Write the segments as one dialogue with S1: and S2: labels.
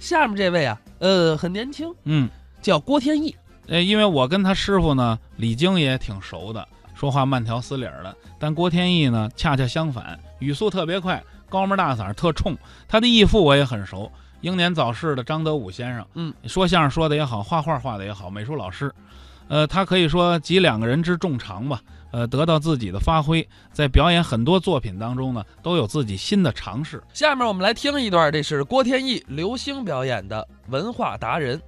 S1: 下面这位啊，呃，很年轻，
S2: 嗯，
S1: 叫郭天意。
S2: 呃，因为我跟他师傅呢，李菁也挺熟的，说话慢条斯理儿的。但郭天意呢，恰恰相反，语速特别快，高门大嗓儿特冲。他的义父我也很熟，英年早逝的张德武先生，
S1: 嗯，
S2: 说相声说的也好，画画画的也好，美术老师。呃，他可以说集两个人之众长吧，呃，得到自己的发挥，在表演很多作品当中呢，都有自己新的尝试。
S1: 下面我们来听一段，这是郭天意流星表演的《文化达人》。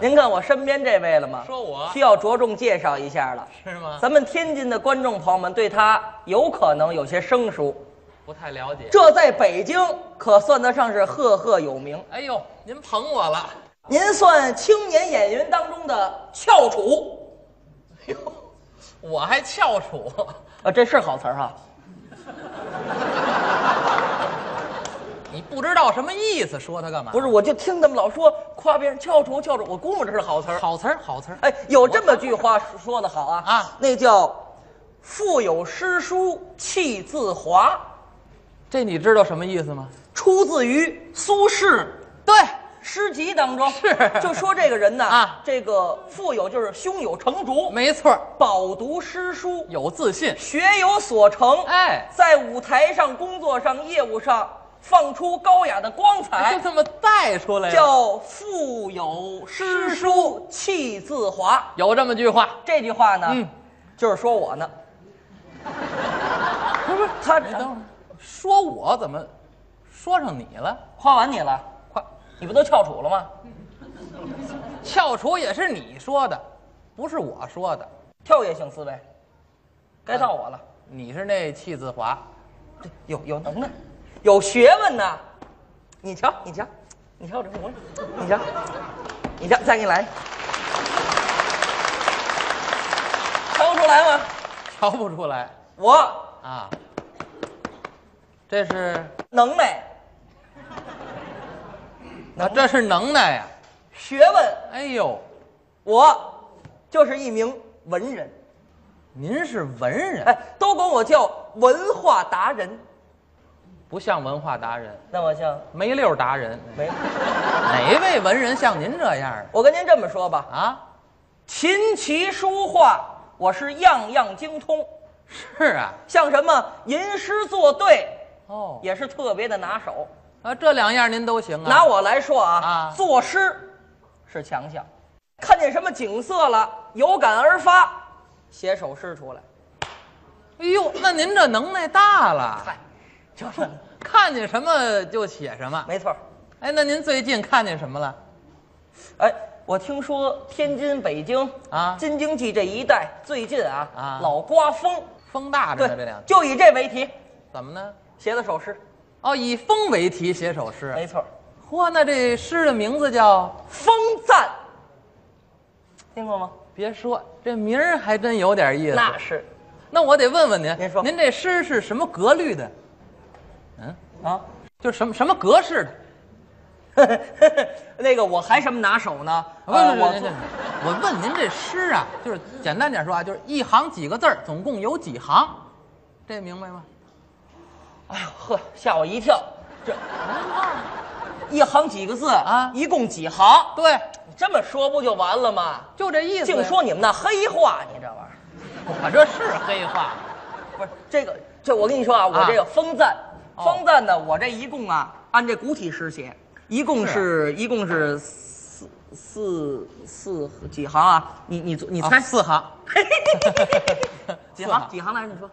S3: 您看我身边这位了吗？
S4: 说我
S3: 需要着重介绍一下了。
S4: 是吗？
S3: 咱们天津的观众朋友们对他有可能有些生疏，
S4: 不太了解。
S3: 这在北京可算得上是赫赫有名。
S4: 哎呦，您捧我了。
S3: 您算青年演员当中的翘楚，
S4: 哎呦，我还翘楚。
S3: 啊，这是好词儿哈。
S4: 你不知道什么意思，说它干嘛？
S3: 不
S4: 是
S3: 是，我就听他们老说夸别人翘楚翘楚，我估摸这是好词儿。
S4: 好词儿，好词儿。
S3: 哎，有这么句话说的好啊
S4: 啊
S3: 那叫“腹有诗书气自华
S4: 这你知道什么意思吗？”，
S3: 出自于苏轼
S4: 对，
S3: 诗集当中。
S4: 是
S3: 就说这个人呢
S4: 啊
S3: 这个腹有就是胸有成竹，
S4: 没错儿，
S3: 饱读诗书，
S4: 有自信。
S3: 学有所成。
S4: 哎，
S3: 在舞台上、工作上、业务上放出高雅的光
S4: 就
S3: 彩，
S4: 哎这么带出来了。
S3: 叫腹有诗书气自华。
S4: 有这么句话，
S3: 这句话呢，
S4: 嗯
S3: 就是说我呢。
S4: 不是
S3: 他
S4: 你哎等会儿，说我怎么说上你了？
S3: 夸完你了，
S4: 快，
S3: 你不都翘楚了吗？
S4: 翘楚也是你说的，不是我说的。
S3: 跳跃性思维，该到我了。
S4: 你是那气自华，
S3: 这有有能耐，有学问呐！你瞧，你瞧，你瞧我这模样，你瞧，你瞧，再给你来，瞧不出来吗？
S4: 瞧不出来
S3: 我
S4: 啊。这是
S3: 能耐，
S4: 啊，这是能耐呀、
S3: 学问，
S4: 哎呦，
S3: 我就是一名文人，
S4: 您是文人，
S3: 哎，都管我叫文化达人。
S4: 不像文化达人，
S3: 那我像
S4: 没溜儿达人。
S3: 没，
S4: 哪一位文人像您这样
S3: 我跟您这么说吧
S4: 啊？，啊，
S3: 琴棋书画，我是样样精通，
S4: 是啊，
S3: 像什么吟诗作对，
S4: 哦，
S3: 也是特别的拿手。
S4: 啊，这两样您都行啊。
S3: 拿我来说啊
S4: 啊，
S3: 作诗是强项，看见什么景色了，有感而发，写首诗出来。
S4: 哎呦，那您这能耐大了，
S3: 嗨，就是
S4: 看见什么就写什么。
S3: 没错儿。
S4: 哎，那您最近看见什么了？
S3: 哎，我听说天津、北京
S4: 啊
S3: 京津冀这一带最近啊
S4: 啊
S3: 老刮风，
S4: 风大着呢，这两天
S3: 就以这为题
S4: 怎么呢？
S3: 写的首诗，
S4: 哦，以风为题写首诗。
S3: 没错儿，
S4: 嚯，那这诗的名字叫……
S3: 风赞，听过吗？
S4: 别说这名儿还真有点意思。
S3: 那是
S4: 那我得问问您，
S3: 您说
S4: 您这诗是什么格律的？
S3: 啊，
S4: 就是什么什么格式的？
S3: 那个我还什么拿手呢？
S4: 不是
S3: 呃
S4: 不是，不是我问您这诗啊，就是简单点说啊，就是一行几个字儿，总共有几行，这明白吗？
S3: 哎呦呵，吓我一跳，这一行几个字
S4: 啊
S3: 一共几行？
S4: 对，
S3: 你这么说不就完了吗？
S4: 就这意思。
S3: 净说你们那黑话，你这玩意儿。
S4: 我这是黑话，
S3: 不是这个，这我跟你说啊，我这个风赞，
S4: 哦
S3: 风赞呢，我这一共啊，按这古体诗写，一共是
S4: 啊
S3: 一共是四四四几行啊？你你你
S4: 你
S3: 猜
S4: 哦四行？
S3: 几
S4: 四
S3: 行？？几行来着？你说？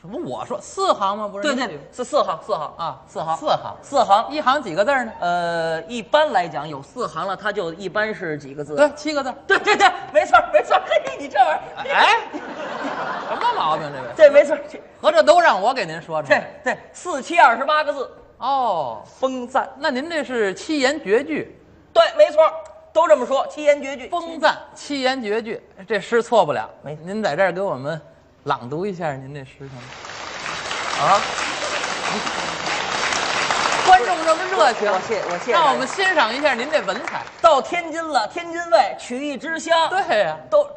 S4: 什么？我说四行吗？不是？
S3: 对
S4: 您
S3: 对，是四行，四行
S4: 啊，
S3: 四行，
S4: 四行，
S3: 四行。
S4: 一行几个字儿呢？
S3: 呃，一般来讲有四行了，它就一般是几个字？
S4: 对，七个字儿。
S3: 对 对对，没错儿没错儿。嘿，你这玩意儿，
S4: 哎，什么毛病？这位，
S3: 这没错儿，这
S4: 合着都让我给您说出
S3: 这
S4: 来。
S3: 这四七二十八个字，
S4: 哦，
S3: 风赞。
S4: 那您这是七言绝句。
S3: 对，没错儿，都这么说，七言绝句。
S4: 风赞七言绝句，这诗错不了。
S3: 没
S4: 您在这儿给我们朗读一下您这诗行吗？
S3: 啊，
S4: 观众这么热情，
S3: 我谢我谢谢
S4: 让我们欣赏一下您这文采。
S3: 到天津了，天津卫曲艺之乡，，
S4: 对呀、
S3: 都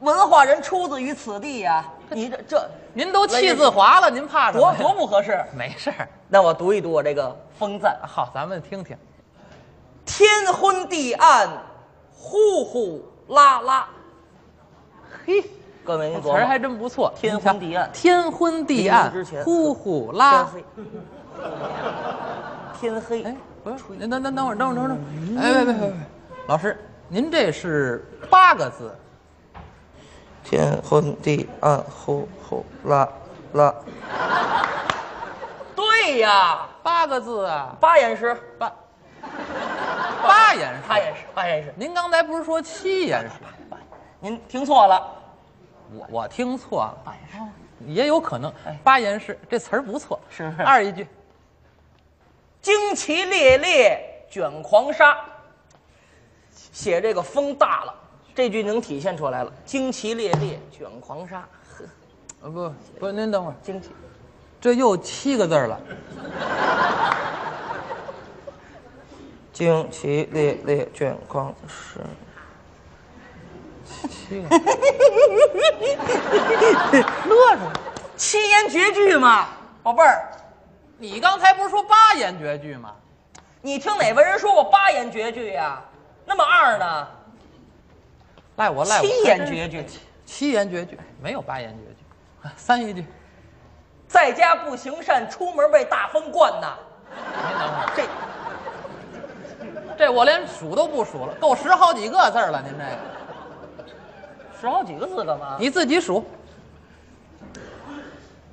S3: 文化人出自于此地呀、你这这
S4: 您都气自华了，您怕什么
S3: 多
S4: 呀？
S3: 多不合适。
S4: 没事儿，
S3: 那我读一读我这个风赞，啊
S4: 好，咱们听听。
S3: 天昏地暗，呼呼啦啦。
S4: 嘿，
S3: 各位您
S4: 词
S3: 琢磨，
S4: 儿还真不错。
S3: 天
S4: 你瞧
S3: 昏地暗
S4: 天昏地
S3: 临
S4: 暗
S3: 死之，前
S4: 呼呼啦
S3: 天。黑，天黑，
S4: 哎，不是，那那那等会儿，等会儿，等会儿，哎，别别别别，老师，您这是八个字，
S3: 天昏地暗，呼呼啦啦。对呀，
S4: 八个字啊，
S3: 八言诗，
S4: 八八言
S3: 八
S4: 诗。
S3: 言诗，八言诗。
S4: 您刚才不是说七言诗？
S3: 您听错了，
S4: 我我听错了，八言诗也有可能。八言诗这词儿不错，
S3: 哎是不是
S4: 二一句，
S3: 旌旗猎猎卷狂沙。写这个风大了，这句能体现出来了。旌旗猎猎卷狂沙，呵，
S4: 呃不不，您等会儿，
S3: 旌旗。
S4: 这又七个字儿了。
S3: 旌旗猎猎卷狂是。乐什么？七言绝句嘛，宝贝儿，
S4: 你刚才不是说八言绝句吗？
S3: 你听哪文人说我八言绝句呀、那么二呢？
S4: 赖我赖我，
S3: 七言绝句，
S4: 七言绝句没有八言绝句，啊 三一句。
S3: 在家不行善，出门被大风灌呐。
S4: 您等会儿，
S3: 这
S4: 这我连数都不数了，够十好几个字儿了。您这个，
S3: 十好几个字干嘛？
S4: 你自己数，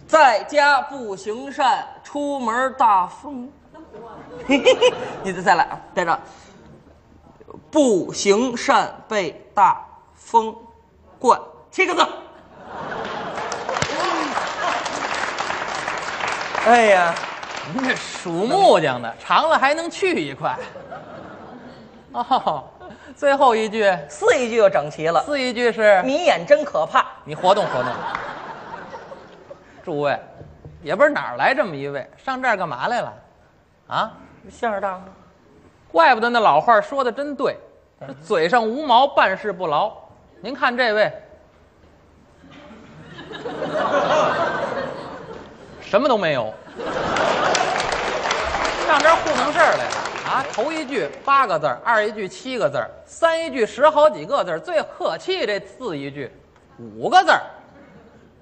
S3: 在家不行善，出门大风。 你再再来啊，在这儿。不行善被大风灌，七个字。哎呀，
S4: 您这数木匠的，长了还能去一块。哦，最后一句，
S3: 四一句就整齐了。
S4: 四一句是，
S3: 迷眼真可怕，
S4: 你活动活动。诸位，也不知哪儿来这么一位，上这儿干嘛来了？啊，
S3: 相声大吗？
S4: 怪不得那老话说的真对，这嘴上无毛，办事不牢。您看这位，什么都没有，上这儿糊弄事儿来了啊！头一句八个字儿，二一句七个字儿，三一句十好几个字儿，最客气这四一句五个字儿，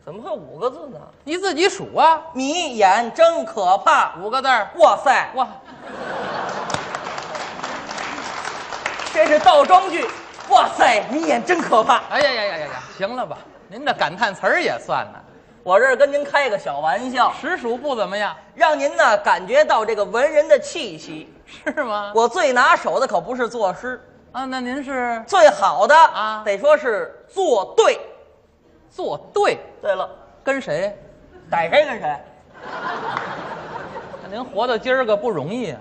S3: 怎么会五个字呢？
S4: 你自己数啊，
S3: 迷眼真可怕，
S4: 五个字儿，
S3: 哇塞，
S4: 哇，
S3: 这是倒装句。哇塞，迷眼真可怕。
S4: 哎呀呀呀呀呀，行了吧？您这感叹词儿也算呢，
S3: 我这儿跟您开个小玩笑，
S4: 实属不怎么样，
S3: 让您呢感觉到这个文人的气息。
S4: 是吗？
S3: 我最拿手的可不是作诗，
S4: 啊，那您是
S3: 最好的
S4: 啊
S3: 得说是作对。
S4: 做对
S3: 对了，
S4: 跟谁？
S3: 逮谁跟谁？
S4: 啊您活到今儿个不容易啊！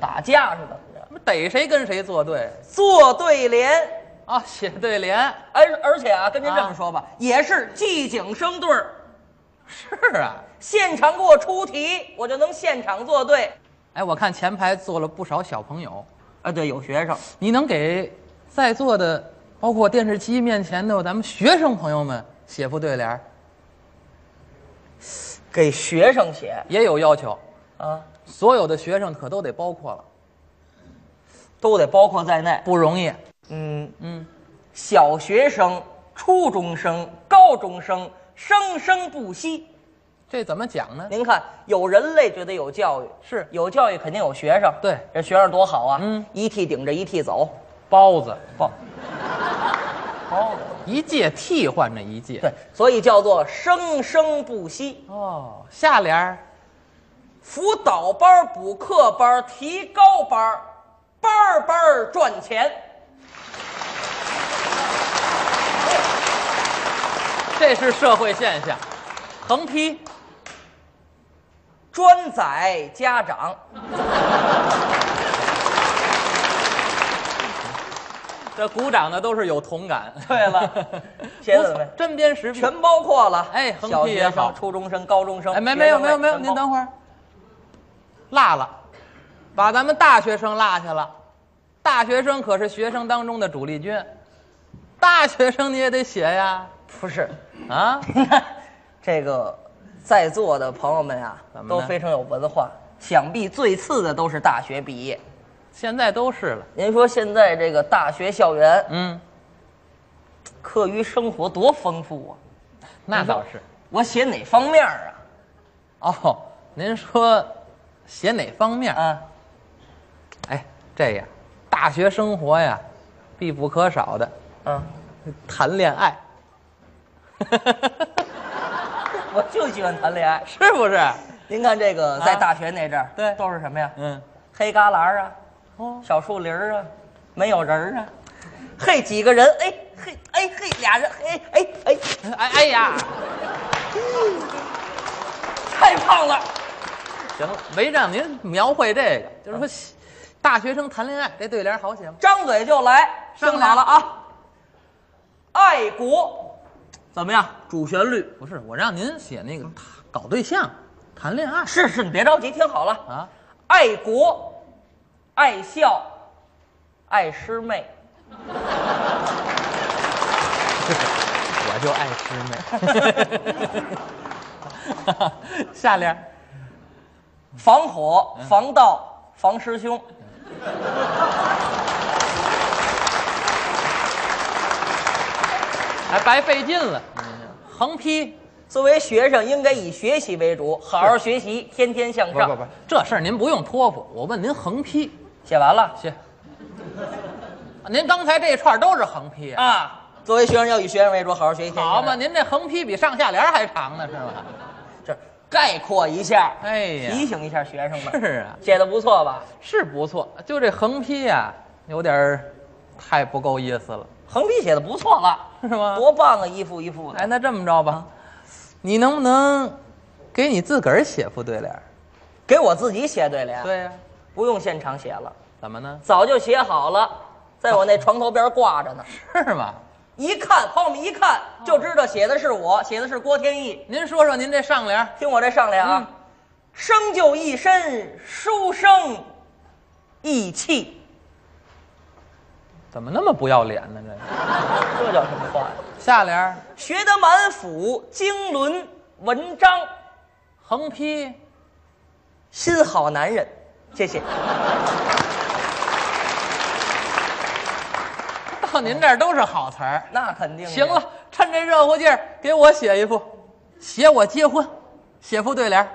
S3: 打架似的，
S4: 什么逮谁跟谁作对
S3: 作对联。
S4: 啊？写对联
S3: 而而且啊，跟您这么
S4: 啊
S3: 说吧，也是即景生对儿，
S4: 是啊。
S3: 现场给我出题，我就能现场作对。
S4: 哎，我看前排坐了不少小朋友，
S3: 啊，对，有学生，
S4: 你能给在座的，包括电视机面前的咱们学生朋友们写副对联儿，
S3: 给学生写
S4: 也有要求，
S3: 啊，
S4: 所有的学生可都得包括了，
S3: 都得包括在内。
S4: 不容易。
S3: 嗯，
S4: 嗯，
S3: 小学生、初中生、高中生，生生不息。
S4: 这怎么讲呢？
S3: 您看，有人类就得有教育，
S4: 是
S3: 有教育肯定有学生。
S4: 对
S3: 这学生多好啊！
S4: 嗯
S3: 一屉顶着一屉走，
S4: 包子，
S3: 包包
S4: 一届替换着一届。
S3: 对，所以叫做生生不息。
S4: 哦，下联儿
S3: 辅导班儿、补课班儿、提高班儿，班儿班儿赚钱。
S4: 这是社会现象，横批。
S3: 专宰家长，
S4: 这鼓掌的都是有 同感。
S3: 对了写得美
S4: 不错针砭时弊。
S3: 全包括了。
S4: 哎横批
S3: 小学
S4: 也好
S3: 生、初中生、高中生，
S4: 哎，没
S3: 学
S4: 没有
S3: 生
S4: 没有
S3: 类
S4: 没有，
S3: 全
S4: 您
S3: 包
S4: 等会儿，落了，把咱们大学生落下了。大学生可是学生当中的主力军，大学生你也得写呀。
S3: 不是，
S4: 啊，
S3: 这个在座的朋友们啊啊
S4: 怎，么
S3: 都
S4: 呢
S3: 非常有文化。想必最次的都是大学毕业。
S4: 现在都是了。
S3: 您说现在这个大学校园
S4: 嗯，
S3: 课余生活多丰富啊！
S4: 那倒是。
S3: 我写哪方面儿
S4: 哦，您说写哪方面
S3: 啊？？啊，
S4: 哎，这呀，大学生活呀，必不可少的
S3: 嗯，
S4: 谈恋爱，
S3: 我就喜欢谈恋爱。
S4: 是不是？
S3: 您看这个，
S4: 啊
S3: 在大学那阵儿，
S4: 对
S3: 都是什么呀？
S4: 嗯，
S3: 黑旮旯啊，
S4: 哦，
S3: 小树林儿啊，没有人儿啊，嘿，几个人，哎，嘿，哎，嘿，俩人，哎，哎，哎，
S4: 哎哎呀，
S3: 太胖了，
S4: 行了，没让您描绘这个，就是说写，大学生谈恋爱这对联好写吗？
S3: 张嘴就来，听
S4: 上来
S3: 好了啊，爱国，怎么样？主旋律
S4: 不是，我让您写那个谈搞对象、谈恋爱
S3: 是是，你别着急，听好了啊，
S4: 啊，
S3: 爱国，爱笑，爱师妹，
S4: 我就爱师妹。 下联儿，
S3: 防火，
S4: 嗯
S3: 防盗，防师兄。
S4: 还哎白费劲了。横批，
S3: 作为学生，应该以学习为主，好好学习，天天向上。
S4: 这事儿您不用托付，我问您横批
S3: 写完了
S4: 写。您刚才这一串都是横批啊？
S3: 啊。作为学生，要以学生为主，好好学习，天天向
S4: 好
S3: 上
S4: 嘛，？您这横批比上下联还长呢，是吧？
S3: 这概括一下，
S4: 哎呀
S3: 提醒一下学生们，
S4: 是啊，
S3: 写的不错吧？
S4: 是不错，就这横批呀、有点儿太不够意思了，
S3: 横批写的不错了，
S4: 是吗？
S3: 多棒啊！一幅一幅
S4: 哎，
S3: 的，
S4: 那这么着吧，你能不能给你自个儿写副对联儿？
S3: 给我自己写对联，，
S4: 对呀、
S3: 不用现场写了，
S4: 怎么呢？
S3: 早就写好了，在我那床头边挂着呢。
S4: 是哦吗？
S3: 一看，朋友们一看就知道写的是我，写的是郭天意。
S4: 您说说您这上联儿，
S3: 听我这上联啊，
S4: 嗯
S3: 生就一身书生意气，
S4: 怎么那么不要脸呢？这个
S3: 这叫什么话呀？
S4: 下联儿，
S3: 学得满腹经纶文章，
S4: 横批，
S3: 心好男人。谢谢。
S4: 到您这儿都是好词儿。
S3: 那肯定的
S4: 行了，，趁这热乎劲儿，给我写一副，写我结婚，写副对联儿。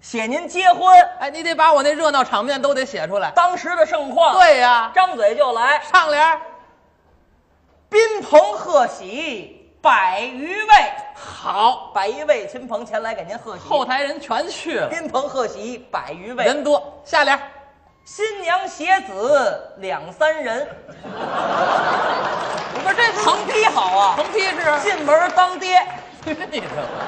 S3: 写您结婚
S4: 哎，你得把我那热闹场面都得写出来。
S3: 当时的盛况，，
S4: 对呀、
S3: 张嘴就来，
S4: 上联儿
S3: 宾朋贺喜百余位，
S4: 好，
S3: 百余位亲朋前来给您贺喜。
S4: 后台人全去了，
S3: 宾朋贺喜百余位，
S4: 人多。下联儿
S3: 新娘携子两三 人，
S4: 我说这是
S3: 横批好啊，
S4: 横批是。
S3: 进门当爹。
S4: 去你的吧！